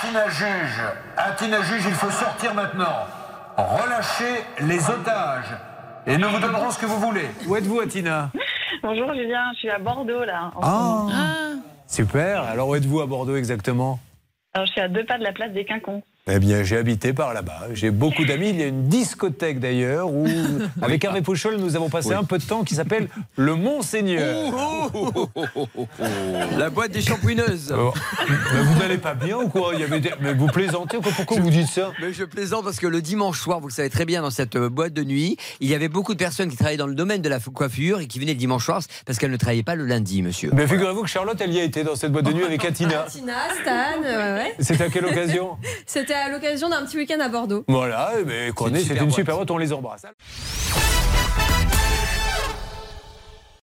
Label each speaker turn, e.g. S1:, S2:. S1: Atina juge. Atina juge, il faut sortir maintenant. Relâchez les otages. Et nous vous donnerons ce que vous voulez.
S2: Où êtes-vous, Atina
S3: Bonjour Julien, je suis à Bordeaux là. en ce moment.
S2: Ah, Super. Alors, où êtes-vous à Bordeaux exactement
S3: Alors, je suis à deux pas de la place des Quincons.
S2: Eh bien, j'ai habité par là-bas. J'ai beaucoup d'amis. Il y a une discothèque d'ailleurs où, avec Hervé Pouchol, nous avons passé un peu de temps qui s'appelle le Monseigneur.
S4: La boîte des champouineuses.
S2: Oh. Mais vous n'allez pas bien ou quoi Il y avait des- Mais vous plaisantez ou quoi Pourquoi vous dites ça
S4: Mais je plaisante parce que le dimanche soir, vous le savez très bien, dans cette euh, boîte de nuit, il y avait beaucoup de personnes qui travaillaient dans le domaine de la f- coiffure et qui venaient le dimanche soir parce qu'elles ne travaillaient pas le lundi, monsieur.
S2: Mais figurez-vous que Charlotte, elle y a été dans cette boîte de nuit avec Atina.
S5: Ah, Tina, Stan, euh, ouais, ouais.
S2: C'était à quelle occasion
S5: C'était à l'occasion d'un petit week-end à Bordeaux.
S2: Voilà, Eh mais
S4: C'est une
S2: connaît, c'est
S4: super
S2: une
S4: boîte.
S2: super boîte, on les embrasse.